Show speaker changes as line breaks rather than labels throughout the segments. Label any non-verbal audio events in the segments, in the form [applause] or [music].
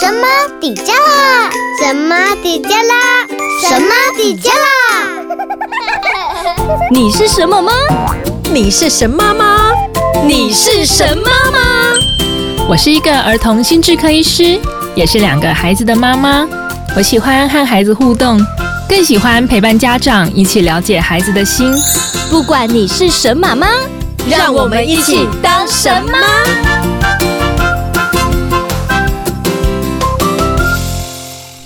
什么底加啦？什么底加啦？什么底加啦？
你是什么吗？
你是神妈吗？
你是神妈吗？
我是一个儿童心智科医师，也是两个孩子的妈妈。我喜欢和孩子互动，更喜欢陪伴家长一起了解孩子的心。
不管你是神妈妈，
让我们一起当神妈。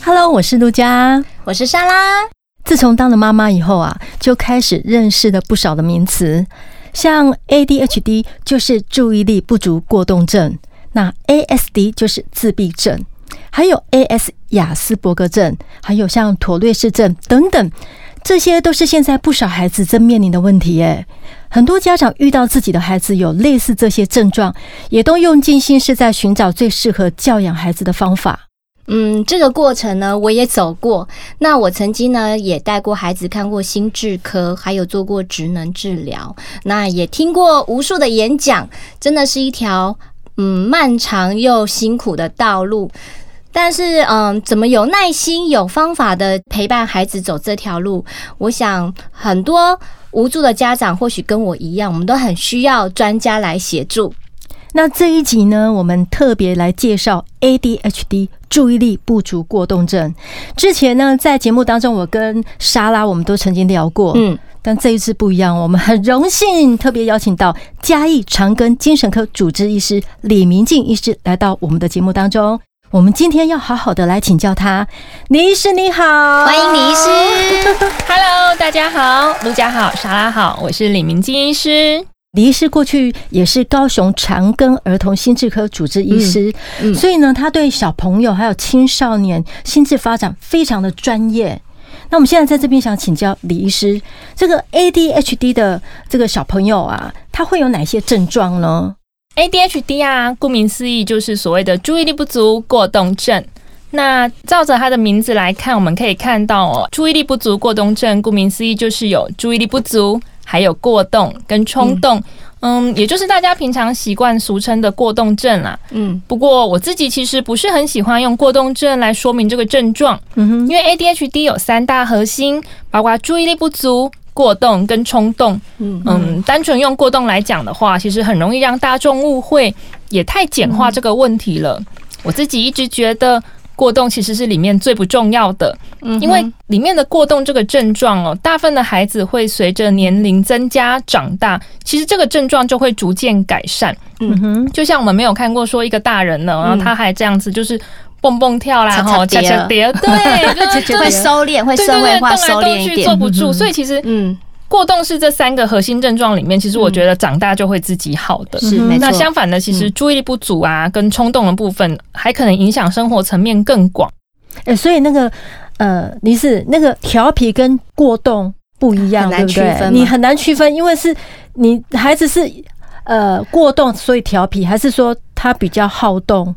Hello，我是陆佳。
我是莎拉。
自从当了妈妈以后啊，就开始认识了不少的名词，像 ADHD 就是注意力不足过动症，那 ASD 就是自闭症，还有 AS 雅斯伯格症，还有像妥瑞氏症等等，这些都是现在不少孩子正面临的问题耶。很多家长遇到自己的孩子有类似这些症状，也都用尽心思在寻找最适合教养孩子的方法。
嗯，这个过程呢，我也走过。那我曾经呢，也带过孩子看过心智科，还有做过职能治疗。那也听过无数的演讲，真的是一条嗯漫长又辛苦的道路。但是，嗯，怎么有耐心、有方法的陪伴孩子走这条路？我想很多无助的家长或许跟我一样，我们都很需要专家来协助。
那这一集呢，我们特别来介绍 ADHD 注意力不足过动症。之前呢，在节目当中，我跟莎拉我们都曾经聊过，
嗯，
但这一次不一样，我们很荣幸特别邀请到嘉义长庚精神科主治医师李明静医师来到我们的节目当中。我们今天要好好的来请教他，李医师你好，
欢迎李医师。
Hello，大家好，陆家好，莎拉好，我是李明金医师。
李医师过去也是高雄长庚儿童心智科主治医师，
嗯嗯
所以呢，他对小朋友还有青少年心智发展非常的专业。那我们现在在这边想请教李医师，这个 ADHD 的这个小朋友啊，他会有哪些症状呢？
ADHD 啊，顾名思义就是所谓的注意力不足过动症。那照着它的名字来看，我们可以看到哦，注意力不足过动症，顾名思义就是有注意力不足，还有过动跟冲动，嗯也就是大家平常习惯俗称的过动症啊啦、
嗯
不过我自己其实不是很喜欢用过动症来说明这个症状，
嗯哼，
因为 ADHD 有三大核心，包括注意力不足、过动跟冲动。
嗯
嗯，单纯用过动来讲的话，其实很容易让大众误会，也太简化这个问题了。我自己一直觉得。过动其实是里面最不重要的，
嗯
因为里面的过动这个症状哦，大部分的孩子会随着年龄增加长大，其实这个症状就会逐渐改善。
嗯哼，
就像我们没有看过说一个大人呢，然后他还这样子就是蹦蹦跳啦，
擦
然
擦
后
嗯碟
恰碟，
[laughs]
啊对，就是
会收敛，会
对
社
对
会
对，动
化，收
来
敛
动
一
去
点
坐。不住，所以其实
嗯，
过动是这三个核心症状里面，其实我觉得长大就会自己好的。
是
嗯
没
那
错。
相反的，其实注意力不足啊，跟冲动的部分，还可能影响生活层面更广。
哎、所以那个呃，李是那个调皮跟过动不一
很
样，对
难
不
区
对？
分吗
你很难区分，因为是你孩子是呃过动，所以调皮，还是说他比较好动？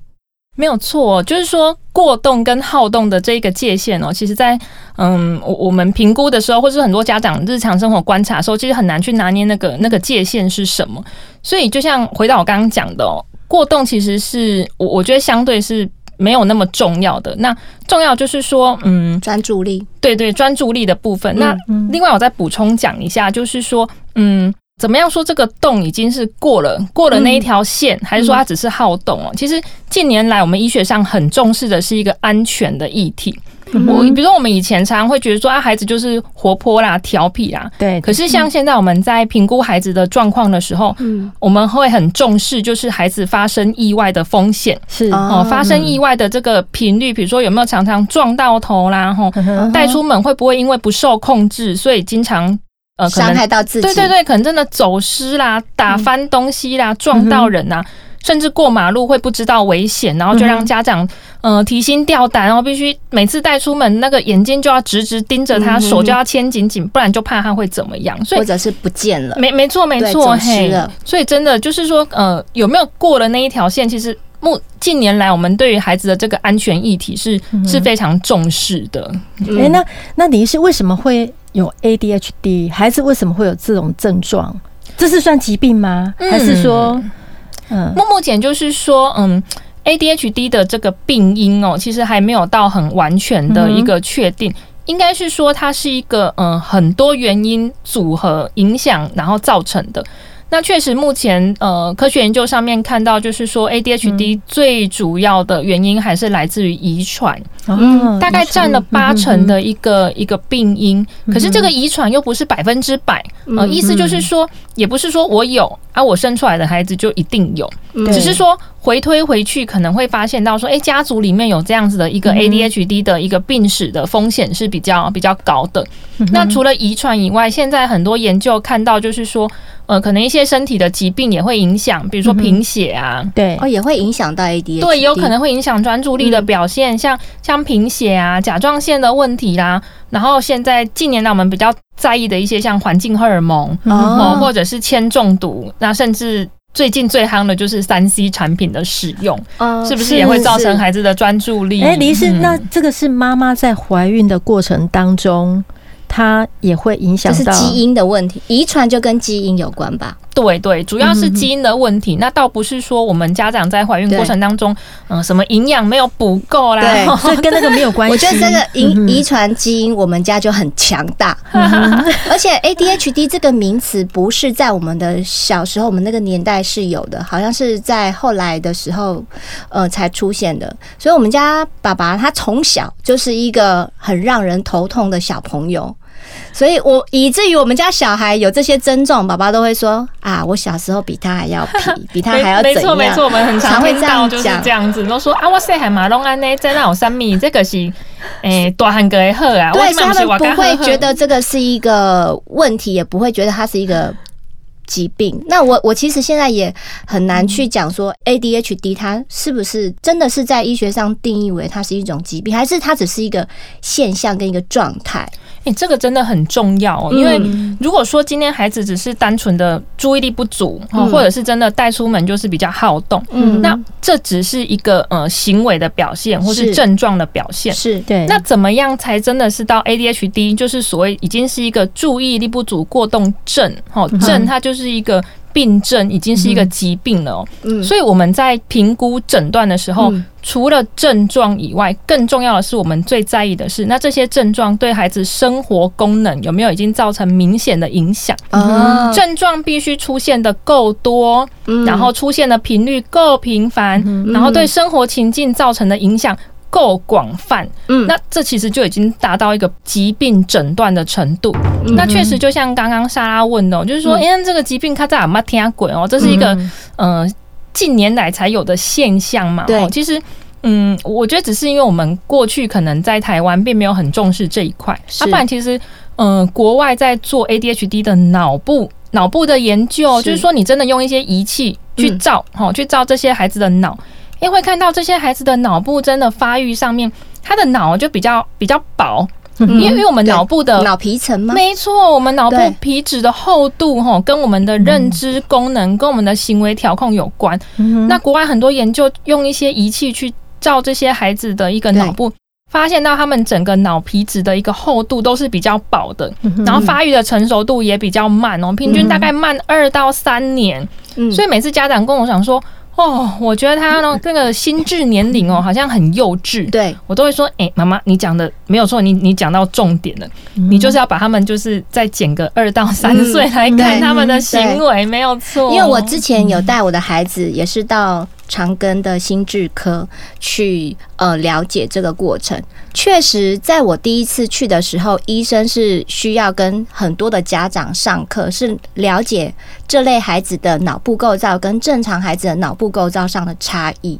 没有错，哦就是说过动跟好动的这一个界限哦，其实在嗯，我我们评估的时候，或是很多家长日常生活观察的时候，其实很难去拿捏那个那个界限是什么。所以就像回到我刚刚讲的哦，过动其实是我我觉得相对是没有那么重要的。那重要就是说，嗯，
专注力，
对对，专注力的部分。那
嗯
另外，我再补充讲一下，就是说，嗯，怎么样说这个动已经是过了过了那一条
嗯
线，还是说它只是好动哦？其实近年来，我们医学上很重视的是一个安全的议题。
嗯
我比如说，我们以前常常会觉得说，啊，孩子就是活泼啦、调皮啦。
对，
可是像现在我们在评估孩子的状况的时候，
嗯，
我们会很重视就是孩子发生意外的风险
是
啊
哦，发生意外的这个频率，比如说有没有常常撞到头啦，吼，
嗯哼
带出门会不会因为不受控制，所以经常呃可
伤害
能
到自己，嗯
对对对，可能真的走失啦、打翻东西啦、撞到人啦、甚至过马路会不知道危险，然后就
嗯
让家长呃提心吊胆，然后必须每次带出门那个眼睛就要直直盯着他，
嗯哼
手就要牵紧紧，不然就怕他会怎么样。所以
或者是不见了，
没没错没
对
错，
走失
嘿
了，
所以真的就是说，呃，有没有过了那一条线？其实目近年来，我们对于孩子的这个安全议题是、
嗯
是非常重视的。
哎、
嗯
那那你是为什么会有 ADHD？孩子为什么会有这种症状？这是算疾病吗？
嗯
还是说，嗯
目目前就是说，嗯 ADHD 的这个病因哦，其实还没有到很完全的一个确定。应该是说，它是一个嗯、呃很多原因组合影响，然后造成的。那确实，目前呃科学研究上面看到，就是说 ADHD 最主要的原因还是来自于遗传，
哦
嗯大概占了八成
嗯
的一个一个病因。可是这个遗传又不是百分之百，呃，意思就是说，也不是说我有啊，我生出来的孩子就一定有。
嗯
对
只是说回推回去，可能会发现到说，哎、家族里面有这样子的一个 ADHD 的一个病史的风险是比较比较高的。那除了遗传以外，现在很多研究看到，就是说，呃，可能一些身体的疾病也会影响，比如说贫血啊。
对
哦，也会影响到 ADHD，
对，也有可能会影响专注力的表现，像像贫血啊、甲状腺的问题啦、然后现在近年来我们比较在意的一些，像环境荷尔蒙，
嗯
哦，
哦，
或者是铅中毒，那甚至最近最夯的就是三 C 产品的使用，
哦
是哦不是也会造成孩子的专注力？
哎，李医师，
嗯
那这个是妈妈在怀孕的过程当中，她也会影响
这是
到
基因的问题，遗传就跟基因有关吧？
对对，主要
嗯
是基因的问题。那倒不是说我们家长在怀孕过程当中，嗯、什么营养没有补够啦， [laughs]
对
所以跟那个没有关系。嗯
哦
我觉得这个
嗯
遗遗传基因，我们家就很强大，而且 ADHD 这个名词不是在我们的小时候，我们那个年代是有的，好像是在后来的时候，呃，才出现的。所以，我们家爸爸他从小就是一个很让人头痛的小朋友。所以我以至于我们家小孩有这些症状，爸爸都会说啊，我小时候比他还要皮，比他还
[laughs]
要
没
怎
没错
样？
没错，我们很常
常会
听
这
到
样
就是
讲
这样子，都说啊，我塞海马龙安呢，在那有三米，这个是 [laughs] 诶、大汉哥的好啊，我
对，
现
所以他
在不
们
是
不
我
会
跟他好
觉得这个是一个问题，也不会觉得它是一个疾病。那我我其实现在也很难去讲说 ADHD 它是不是真的是在医学上定义为它是一种疾病，还是它只是一个现象跟一个状态？
哎、这个真的很重要、
嗯
哦，因为如果说今天孩子只是单纯的注意力不足，哦
嗯
或者是真的带出门就是比较好动，
嗯
那这只是一个呃行为的表现或是
是
症状的表现。
是
对，
那怎么样才真的是到 ADHD，就是所谓已经是一个注意力不足过动症？哦，
嗯
症它就是一个病症，已经是一个疾病了、哦。
嗯
所以我们在评估诊断的时候，
嗯
除了症状以外，更重要的是我们最在意的是，那这些症状对孩子生活功能有没有已经造成明显的影响？
哦
症状必须出现的够多，
嗯
然后出现的频率够频繁，然后对生活情境造成的影响够广泛。
嗯
那这其实就已经达到一个疾病诊断的程度。
嗯
那确实就像刚刚莎拉问的哦，就是说，哎、这个疾病它在阿妈听鬼哦，这是一个嗯、呃近年来才有的现象嘛。
对
哦其实。嗯，我觉得只是因为我们过去可能在台湾并没有很重视这一块，
是
啊，不然其实，嗯、国外在做 ADHD 的脑部脑部的研究，
是
就是说你真的用一些仪器去
嗯
照，哦，去照这些孩子的脑，因为会看到这些孩子的脑部真的发育上面，他的脑就比较比较薄，因为因为我
嗯
们
对
脑部的
脑皮层吗？
没错，我们脑部
对
皮质的厚度哈，吼跟我们的认知功能、跟我们的行为调控有关。
嗯
嗯
那国外很多研究用一些仪器去照这些孩子的一个脑部。发现到他们整个脑皮质的一个厚度都是比较薄的，
嗯
然后发育的成熟度也比较慢哦，平均大概慢二到三年。
嗯
所以每次家长跟我讲说，哦，我觉得他呢那个心智年龄哦好像很幼稚，
对，
我都会说，哎、妈妈，你讲的没有错，你你讲到重点了，你就是要把他们就是再减个二到三岁来看
嗯对
他们的行为，没有错。
因为我之前有带我的孩子，也是到长庚的心智科去呃了解这个过程。确实，在我第一次去的时候，医生是需要跟很多的家长上课，是了解这类孩子的脑部构造跟正常孩子的脑部构造上的差异。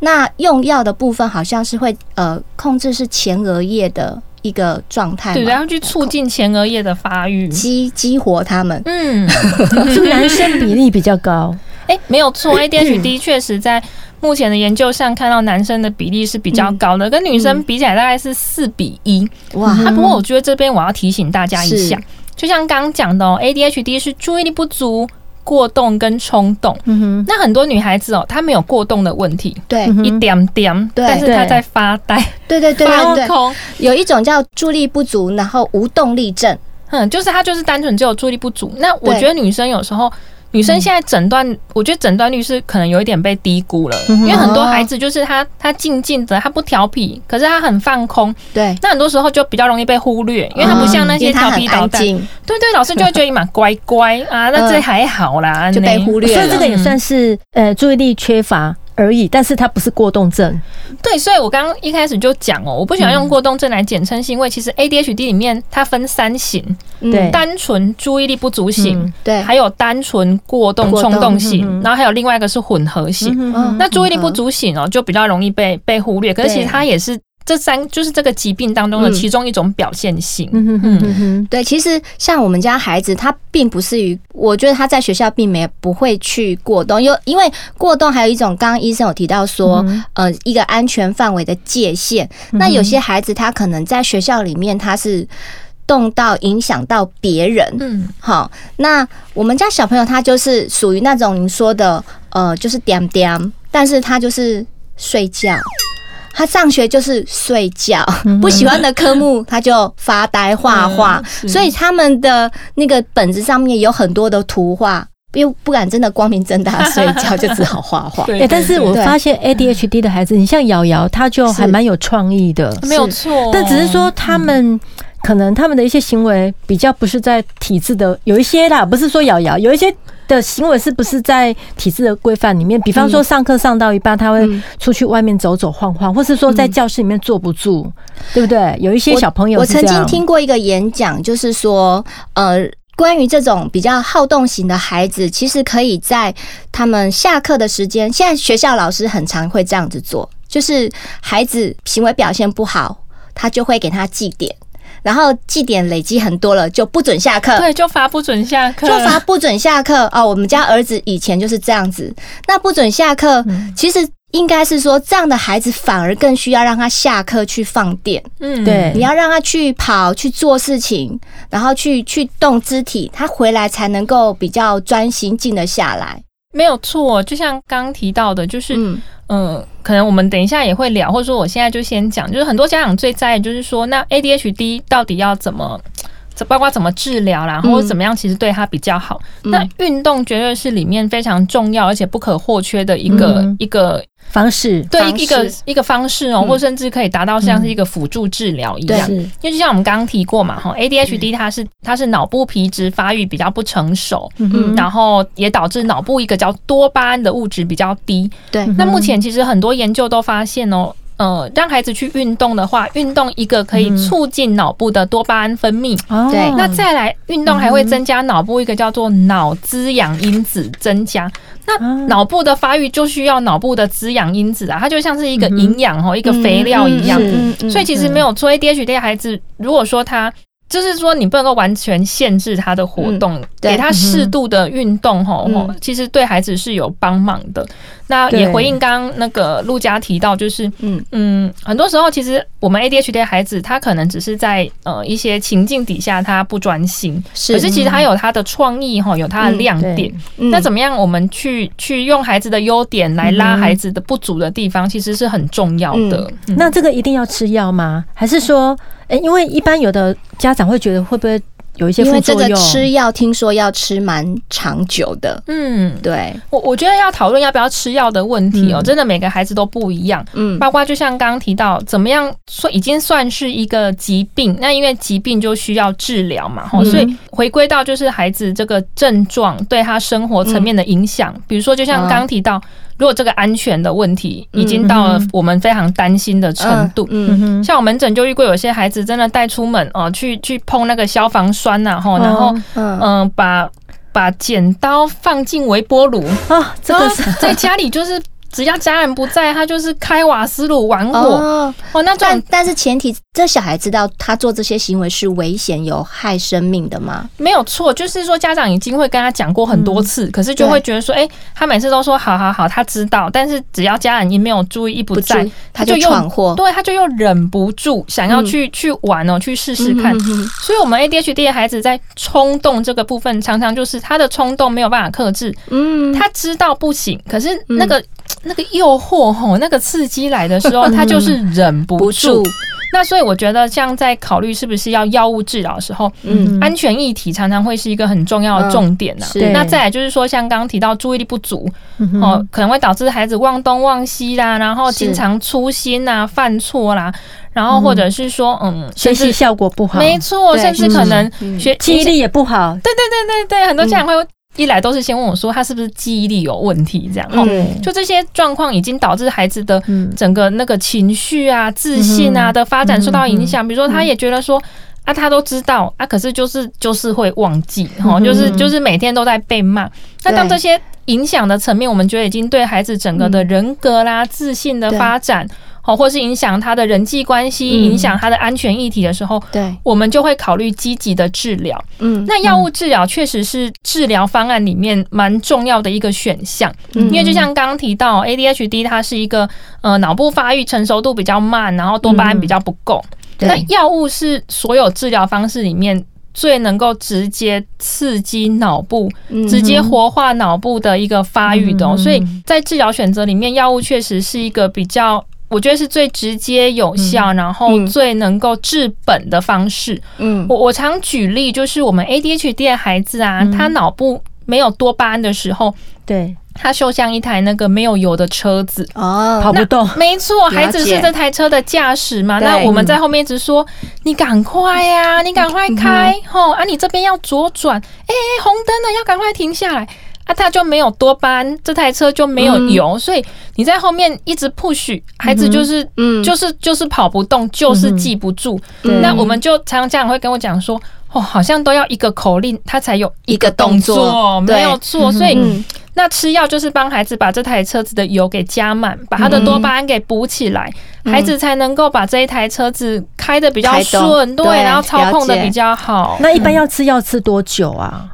那用药的部分好像是会呃控制是前额叶的一个状态
对，然
嘛，
后去促进前额叶的发育。
激激活他们。
嗯，
就男生比例比较高，
哎、没有
[coughs]
错，ADHD 确实在目前的研究上看到男生的比例是比较高
嗯
的，跟女生比起来大概是四比一、
哇，
啊，不过我觉得这边我要提醒大家一下
是，
就像刚刚讲的、哦、，ADHD 是注意力不足、过动跟冲动。
嗯哼，
那很多女孩子哦，她没有过动的问题，
对
嗯
一点点，
对
但是她在发呆、
对对对对
发
对。
空，
有一种叫注意力不足，然后无动力症。
嗯，就是她就是单纯只有注意力不足。那我
对嗯
觉得女生有时候。女生现在诊断，我觉得诊断率是可能有一点被低估了，
嗯
因为很多
哦
孩子就是他他静静的，他不调皮，可是他很放空，
对，
那很多时候就比较容易被忽略，因为他不像那
嗯因
些
为他
调
很
皮捣
安
蛋，
静，嗯
对对，老师就会觉得你蛮乖乖啊，那这还好啦，
就被
呢
忽略
所以
了。嗯
这个也算是呃注意力缺乏而已，但是它不是过动症。
对，所以我刚刚一开始就讲哦，我不喜欢
嗯
用过动症来简称，是因为其实 ADHD 里面它分三型：
嗯
对
单纯注意力不足
嗯
型，
对，
还有单纯过动
过动
冲动型，然后还有另外一个是混合型。
嗯
那注意力不足型哦，就比较容易被被忽略，可是其
对
实它也是这三就是这个疾病当中的
嗯
其中一种表现型。
嗯哼哼
嗯
哼哼，
对，其实像我们家孩子，他并不是于，我觉得他在学校并没不会去过动，因为因为过动还有一种，刚刚医生有提到说，呃，一个安全范围的界限。那有些孩子他可能在学校里面他是动到影响到别人，
嗯，
好，那我们家小朋友他就是属于那种您说的，呃，就是点点，但是他就是睡觉。他上学就是睡觉，不喜欢的科目他就发呆画画，
嗯
所以他们的那个本子上面有很多的图画，又不敢真的光明正大地睡觉，就只好画画。
对
哎，但是我
对
发现 ADHD 的孩子，你像瑶瑶，她就是还蛮有创意的，
没有错，
但只是说他
嗯
们。可能他们的一些行为比较不是在体制的，有一些啦，不是说瑶瑶，有一些的行为是不是在体制的规范里面？比方说上课上到一半，他会
嗯
出去外面走走晃晃，或是说在教室里面坐不住，对不对？有一些小朋友
我
是这
曾
样
经听过一个演讲，就是说，呃，关于这种比较好动型的孩子，其实可以在他们下课的时间，现在学校老师很常会这样子做，就是孩子行为表现不好，他就会给他记点，然后记点累积很多了，就不准下课。
对，就罚不准下课，
就罚不准下课哦。我们家儿子以前就是这样子，那不准下课，
嗯
其实应该是说这样的孩子反而更需要让他下课去放电。
嗯，
对
你要让他去跑、去做事情，然后去去动肢体，他回来才能够比较专心静得下来。
没有错。就像刚提到的，就是
嗯，
嗯，可能我们等一下也会聊，或者说我现在就先讲，就是很多家长最在意就是说，那 ADHD 到底要怎么，这包括怎么治疗啦，
嗯
或者怎么样，其实对他比较好。
嗯
那运动绝对是里面非常重要而且不可或缺的一个、
嗯
一个
方式，
对
方
一一个
式
一个方式哦、
嗯
或甚至可以达到像是一个辅助治疗一样。
是
因为就像我们刚刚提过嘛，哈，ADHD
嗯
它是它是脑部皮质发育比较不成熟，
嗯
然后也导致脑部一个叫多巴胺的物质比较低。
对
嗯
那目
嗯
前其实很多研究都发现哦。呃，让孩子去运动的话，运动一个可以
嗯
促进脑部的多巴胺分泌，
哦
对
那再来运动还会
嗯
增加脑部一个叫做脑滋养因子增加。那
嗯
嗯
脑部的发育就需要脑部的滋养因子啊，它就像是一个营养哦，一个肥料一样。
嗯嗯嗯
所以其实没有错，ADHD 的孩子，如果说他就是说你不能够完全限制他的活动，
嗯对
给他适度的运动吼
嗯
吼，其实对孩子是有帮忙的。那也
对
回应刚刚那个陆佳提到，就是
嗯
嗯，很多时候其实我们 ADHD 的孩子，他可能只是在呃一些情境底下他不专心，
是嗯
可是嗯其实他有他的创意吼，有他的亮点。那怎
么
么样？我们去去用孩子的优点来拉孩子的不足的地方，其实是很重要的。嗯
那这个一定要吃药吗？还是说，诶，因为一般有的家长会觉得会不会有一些
因
副
为这
作
个
用？
吃药，听说要吃蛮长久的。
嗯，
对，
我我觉得要讨论要不要吃药的问题哦，
嗯
真的每个孩子都不一样，
嗯，
包括就像刚刚提到，怎么样说已经算是一个疾病，那因为疾病就需要治疗嘛，吼、
嗯
所以回归到就是孩子这个症状对他生活层面的影响，比如说就像
嗯
刚刚提到，如果这个安全的问题已经到了我们非常担心的程度。
嗯，
哼
像我门诊就遇过有些孩子真的带出门哦、去去碰那个消防栓呐、吼，然后
哦
嗯嗯，
嗯、把把剪刀放进微波炉，
啊，这
然
个
后
是
在家里就是只要家人不在，他就是开瓦斯炉玩火哦
哦，
那这
但
种
但是前提，这小孩知道他做这些行为是危险、有害生命的吗？
没有错，就是说家长已经会跟他讲过很多次，可是就会觉得说，哎、他每次都说好好好，他知道，但是只要家人一没有注意一不在，
注意哦他
就
就
又
闯祸。
对他就又忍不住想要去、去玩哦，去试试看。
嗯嗯嗯
所以，我们 ADHD 的孩子在冲动这个部分，常常就是他的冲动没有办法克制，
嗯，
他知道不行，可是那个、那个诱惑吼，那个刺激来的时候，他就是忍不住。那所以我觉得，像在考虑是不是要药物治疗的时候，
嗯
安全议题常常会是一个很重要的重点呐、
嗯是
那再来就是说，像刚刚提到注意力不足，
嗯哼
哦，可能会导致孩子忘东忘西啦，然后
是
经常粗心啦、犯错啦，然后或者是说，嗯，
学习
甚至
效果不好，
没错，
对
甚至可能
嗯
学
记忆，力也不好，
对对对对对，很多家长会一来都是先问我说他是不是记忆力有问题这样，哦，
嗯
就这些状况已经导致孩子的
嗯
整个那个情绪啊、自信啊的发展受到影响。比如说，他也觉得说。啊，他都知道啊，可是就是就是会忘记，哈、就是就是每天都在被骂。那当这些影响的层面，我们觉得已经对孩子整个的人格啦、自信的发展，哦，或是影响他的人际关系、
嗯
影响他的安全议题的时候，
对，
我们就会考虑积极的治疗。
嗯
那药物治疗确实是治疗方案里面蛮重要的一个选项。
嗯
因为就像刚刚提到，ADHD 它是一个呃脑部发育成熟度比较慢，然后多巴胺比较不够。
嗯
那
对
药物是所有治疗方式里面最能够直接刺激脑部、
嗯
直接活化脑部的一个发育的、哦，所以在治疗选择里面，药物确实是一个比较。我觉得是最直接有效，然后
嗯
最能够治本的方式。
嗯
我我常举例，就是我们 ADHD 的孩子啊，他脑部没有多巴胺的时候，
对，
它就像一台那个没有油的车子。
哦，
跑不动，
没错，
解
孩子是这台车的驾驶嘛。
对嗯
那我们在后面一直说：“你赶快呀、你赶快开吼、啊！你这边要左转，哎、红灯了，要赶快停下来。”啊，它就没有多巴胺，这台车就没有油，所以你在后面一直 push，孩子就是、
嗯
就是就是跑不动，就是记不住。
嗯
那我们就常常家长会跟我讲说：“哦，好像都要一个口令，他才有
一个动作对
没有错。”所以。
嗯
那吃药就是帮孩子把这台车子的油给加满，把他的多巴胺给补起来，
嗯
孩子才能够把这一台车子开的比较
开动
顺，对，
对
然后操控的
了解
比较好。
那一般要吃药吃多久啊？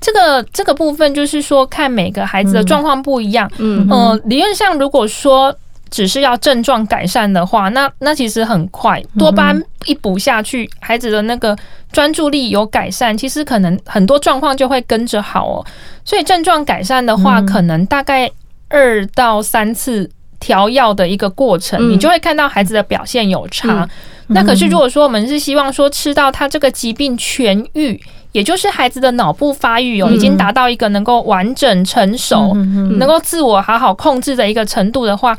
这个这个部分就是说，看每个孩子的状况不一样。
嗯
嗯，理论上如果说只是要症状改善的话，那那其实很快，多巴
嗯
胺一补下去，孩子的那个专注力有改善，其实可能很多状况就会跟着好哦。所以症状改善的话，
嗯
可能大概二到三次。调药的一个过程，
嗯
你就会看到孩子的表现有差。
嗯
那可是如果说我们是希望说吃到他这个疾病痊愈，也就是孩子的脑部发育哦，已经达到一个能够完整成熟、
嗯
能够自我好好控制的一个程度的话。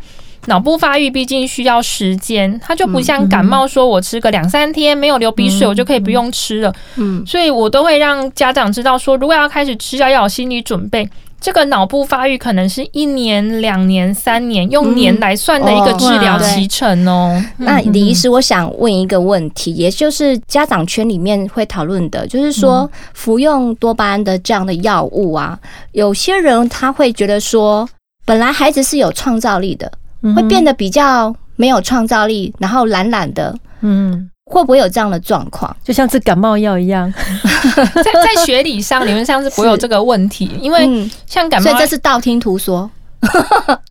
脑部发育毕竟需要时间，它就不像感冒，说我吃个两三天没有流鼻水，我就可以不用吃了。
嗯
所以我都会让家长知道说，如果要开始吃药，要有心理准备。这个脑部发育可能是一年、两年、三年，用
嗯
年来算的一个治疗期程哦。
那李医师，我想问一个问题，也就是家长圈里面会讨论的，就是说服用多巴胺的这样的药物啊，有些人他会觉得说，本来孩子是有创造力的，嗯会变得比较没有创造力，然后懒懒的，
嗯，
会不会有这样的状况？
就像吃感冒药一样，
在在学理上，理论上是不会有这个问题，因为
嗯，
像感
所
冒
以，这是道听途说，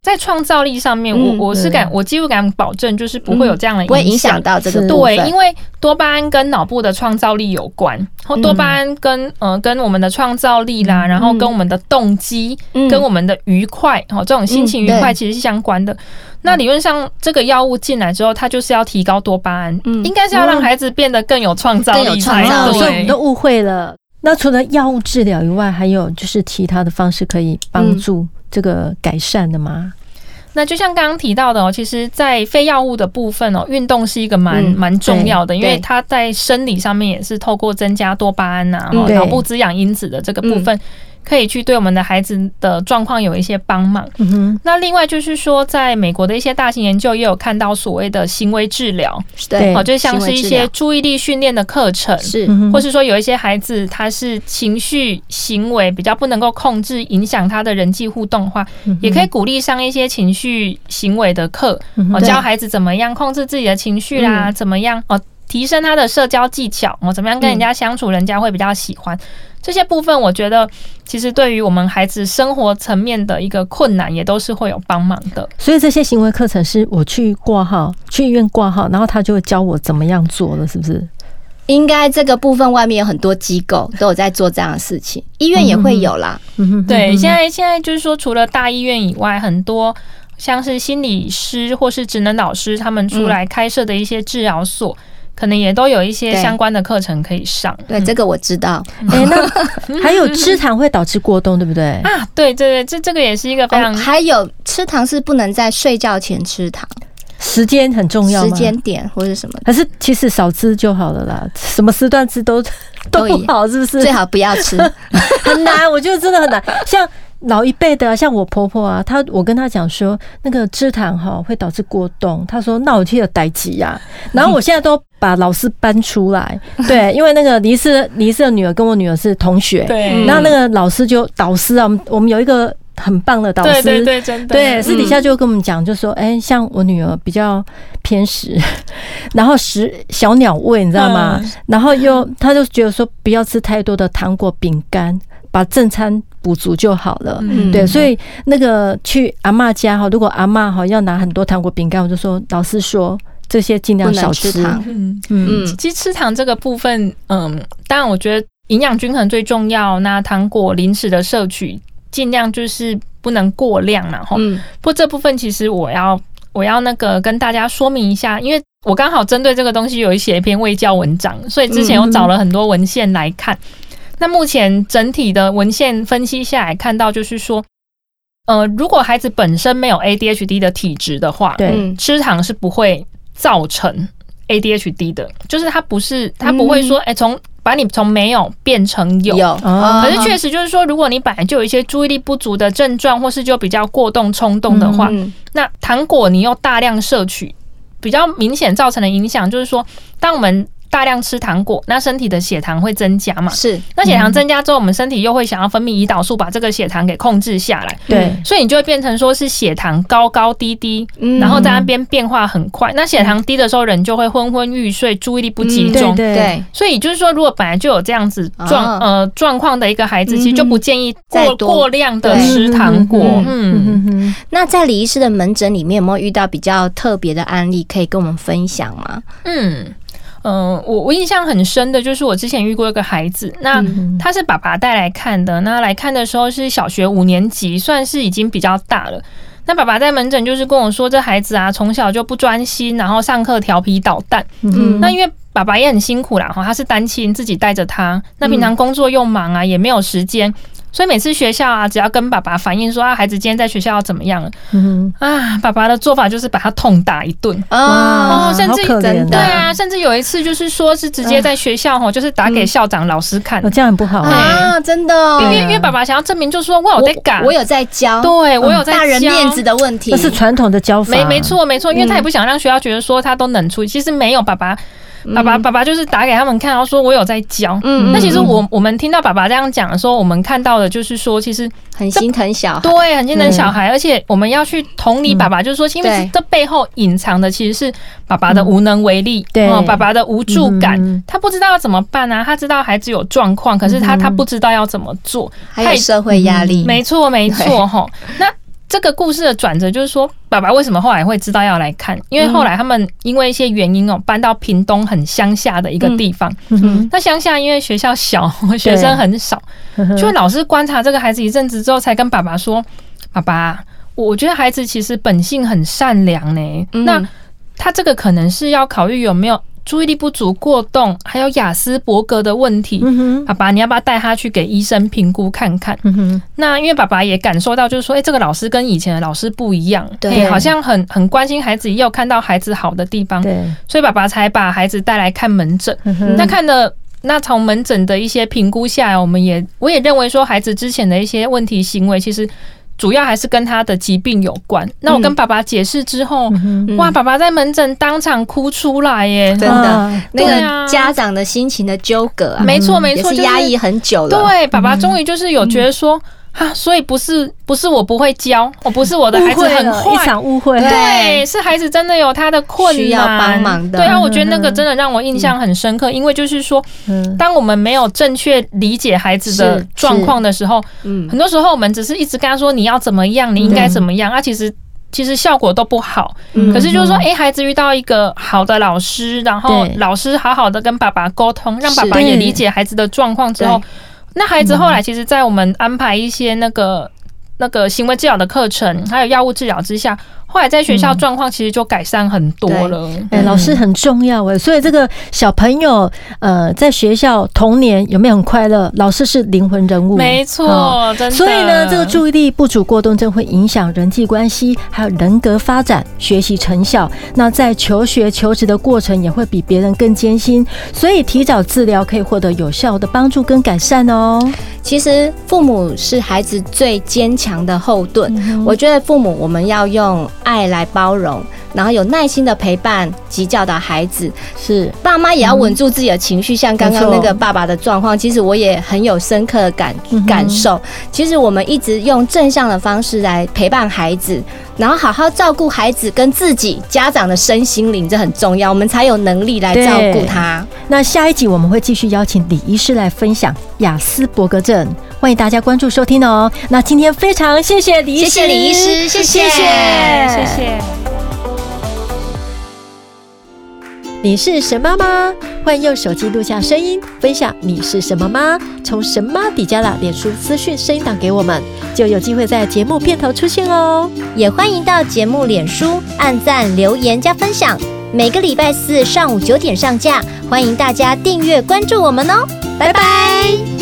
在创造力上面，
嗯
我我是敢，我几乎敢保证，就是不会有这样的
不会影
响
响到这个部分。
对，因为多巴胺跟脑部的创造力有关，然后多巴胺跟、
嗯
呃跟我们的创造力啦，然后跟我们的动机、
嗯
跟我们的愉快，哦，这种心情愉快
嗯对
其实是相关的。那理论上，这个药物进来之后，它就是要提高多巴胺，
嗯
应该是要让孩子变得更有创造
更有
力
创
才
造力
所以我们
嗯对。
都误会了。那除了药物治疗以外，还有就是其他的方式可以帮助这个改善的吗？
那就像刚刚提到的哦，其实，在非药物的部分哦，运动是一个蛮
嗯
蛮重要的，因为
对
它在生理上面也是透过增加多巴胺呐、
嗯
哦
对
脑部滋养因子的这个部分，可以去对我们的孩子的状况有一些帮忙。
嗯哼，
那另外就是说，在美国的一些大型研究也有看到所谓的行为治疗，
对
对
哦，就像是一
行为治疗
些注意力训练的课程，
是
嗯哼
或是说有一些孩子他是情绪行为比较不能够控制，影响他的人际互动的话，
嗯
也可以鼓励上一些情绪行为的课，
嗯
哦，
对
教孩子怎么样控制自己的情绪啦，怎么样哦。提升他的社交技巧哦，怎么样跟人
嗯
家相处，人家会比较喜欢这些部分。我觉得其实对于我们孩子生活层面的一个困难，也都是会有帮忙的。
所以这些行为课程是我去挂号，去医院挂号，然后他就会教我怎么样做了，是不是？
应该这个部分外面有很多机构都有在做这样的事情，医院也会有啦。
嗯哼，
对，现在现在就是说，除了大医院以外，很多像是心理师或是职能老师他
嗯
们出来开设的一些治疗所，可能也都有一些
对
相关的课程可以上。
嗯
对，这个我知道。
哎、那 [laughs] 还有吃糖会导致过动，对不对？
啊，对对对，这这个也是一个非
哦
常、
还有吃糖是不能在睡觉前吃糖，
时间很重哦要
时
吗？
间点或者什么的，
还是其实少吃就好了啦，什么时段吃都都
都一
不好，是不是？
最好不要
[laughs]
吃。
很难，我觉得真的很
[laughs]
难。像老一辈的啊，像我婆婆啊，她我跟她讲说，那个吃糖哈会导致过动，她说那我去有代级
[laughs]
呀。然后我现在都把老师搬出来，对，因为那个尼斯尼斯的女儿跟我女儿是同学，
对嗯
然后那个老师就导师啊，我们我们有一个很棒的导
对
师，
对嗯对，真的
对，私底下就跟我们讲，就说，哎、像我女儿比较偏食， [laughs] 然后食小鸟胃，你知道
嗯
吗？然后又她就觉得说，不要吃太多的糖果、饼干，把正餐补足就好了。
嗯
对，所以那个去阿嬷家哈，如果阿嬷哈要拿很多糖果、饼干，我就说老师说这些尽量
不能
少
吃
吃。
糖
嗯，
嗯，
嗯，
其实吃糖这个部分，嗯，当然我觉得营养均衡最重要。那糖果、零食的摄取，尽量就是不能过量嘛，吼。
嗯，
不过这部分其实我要我要那个跟大家说明一下，因为我刚好针对这个东西有一写一篇卫教文章，所以之前我找了很多文献来看。那目前整体的文献分析下来，看到就是说，呃，如果孩子本身没有 ADHD 的体质的话，
哦对，
嗯
吃糖是不会造成 ADHD 的，就是它不是它不会说，哎、从把你从没有变成有。
有，
哦
嗯
可是确实就是说，如果你本来就有一些注意力不足的症状，或是就比较过动冲动的话，
嗯
那糖果你又大量摄取，比较明显造成的影响就是说，当我们大量吃糖果，那身体的血糖会增加嘛？
是
那血糖增加之后，我们身体又会想要分泌胰岛素，把这个血糖给控制下来，
嗯
对，
所以你就会变成说是血糖高高低低，
嗯
然后在那边变化很快。那血糖低的时候，人就会昏昏欲睡，注意力不集
对
中。
对，
嗯对，
所以就是说，如果本来就有这样子
哦
状、呃状况的一个孩子，其实就不建议
嗯再
过
多
过量的
对
吃糖果。
嗯
嗯
嗯哼
那在李医师的门诊里面，有没有遇到比较特别的案例可以跟我们分享吗？
嗯，呃，我我印象很深的就是我之前遇过一个孩子，
嗯
那他是爸爸带来看的，那来看的时候是小学五年级，算是已经比较大了。那爸爸在门诊就是跟我说，这孩子啊从小就不专心，然后上课调皮捣蛋。
嗯
那因为爸爸也很辛苦啦，哈，他是单亲，自己带着他，那平常
嗯
工作又忙啊，也没有时间。所以每次学校啊，只要跟爸爸反映说啊，孩子今天在学校要怎么样了
嗯哼，
啊，爸爸的做法就是把他痛打一
嗯
顿。
哇
哦甚至
好可
真
怜
对
的，
啊，甚至有一次就是说是直
嗯
接在学校吼，就是打给校长、老师看
哦，，这样很不好
哎
啊。
啊，真的哦，
因为因为爸爸想要证明，就说哇我在改，
我有在教，嗯
对我有在
大人
教
面子。嗯的问题
那，是传统的教法，
没没错没错，因为他也不想让学校觉得说他都冷处理，其实没有爸爸爸爸爸爸就是打给他们看，然后说我有在教。
嗯嗯，嗯，
那其实我我们听到爸爸这样讲的时候，我们看到的就是说，其实
很心疼小孩，
对很心疼小孩，而且我们要去同理爸爸，就是说，因
嗯对
为这背后隐藏的其实是爸爸的无能为力，
嗯
对
哦爸爸的无助感
嗯，
他不知道要怎么办啊，他知道孩子有状况，可是他他不知道要怎么做，嗯
还有社嗯会压力，
没错，没
对
错，吼。那这个故事的转折就是说，爸爸为什么后来会知道要来看？因为后来他们因为一些原因哦，搬到屏东很乡下的一个地方。
嗯哼，
那乡下因为学校小，学生很少，
嗯哼
就老师观察这个孩子一阵子之后，才跟爸爸说：“爸爸，我觉得孩子其实本性很善良呢。
嗯
那他这个可能是要考虑有没有注意力不足过动，还有雅斯伯格的问题。
嗯哼，
爸爸，你要不要带他去给医生评估看看？”
嗯哼，
那因为爸爸也感受到，就是说，哎、这个老师跟以前的老师不一样，
对
哎好像很很关心孩子，也有看到孩子好的地方，
对，
所以爸爸才把孩子带来看门诊。
嗯哼
那看了，那从门诊的一些评估下来，我们也我也认为说，孩子之前的一些问题行为，其实主要还是跟他的疾病有关。那我跟爸爸解释之后，
嗯
哇，爸爸在门诊当场哭出来耶！
真的，
啊
那
对啊
个家长的心情的纠葛啊，
没错，没
也
错，
是
就是
压抑很久了，
对，爸爸终于就是有觉得说。啊，所以不是不是我不会教，我不是我的孩子
误会
很
了一
坏，
场误会，
对，是孩子真的有他的困难，
需要帮忙的
对啊，我觉得那个真的让我印象很深刻，因为就是说，
嗯
当我们没有正确理解孩子
是
的
是
状况的时候，
嗯
很多时候我们只是一直跟他说你要怎么样，你应该怎么
嗯
样，啊，其实其实效果都不好。
嗯
可是就是说，诶，孩子遇到一个好的老师，然后
对
老师好好的跟爸爸沟通，让
是
爸爸也
对
理解孩子的状况之后
对，
嗯
那孩子后来其实，在我们安排一些那个那个行为治疗的课程，还有药物治疗之下，后来在学
嗯
校状况其实就改善很多了。
哎、老师很重要哎，所以这个小朋友呃，在学校童年有没有很快乐？老师是灵魂人物，
没错，
哦
真的。
所以呢，这个注意力不足过动症会影响人际关系，还有人格发展、学习成效。那在求学、求职的过程也会比别人更艰辛，所以提早治疗可以获得有效的帮助跟改善哦。
其实父母是孩子最坚强的后盾。
嗯
我觉得父母我们要用爱来包容，然后有耐心的陪伴及教导孩子。
是
爸妈也要稳住自己的情绪，像刚刚那个爸爸的状况，其实我也很有深刻的感、感受。其实我们一直用正向的方式来陪伴孩子，然后好好照顾孩子跟自己家长的身心灵，这很重要，我们才有能力来照顾他。
那下一集我们会继续邀请李医师来分享雅斯伯格症，欢迎大家关注收听哦。那今天非常谢谢李医师，
谢谢李医师，谢谢，
谢谢。
你是神妈吗？欢迎用手机录下声音，分享你是什么妈？从神妈底加啦脸书私讯声音档给我们，就有机会在节目片头出现哦。
也欢迎到节目脸书按赞、留言、加分享。每个礼拜四上午九点上架，欢迎大家订阅关注我们哦，拜拜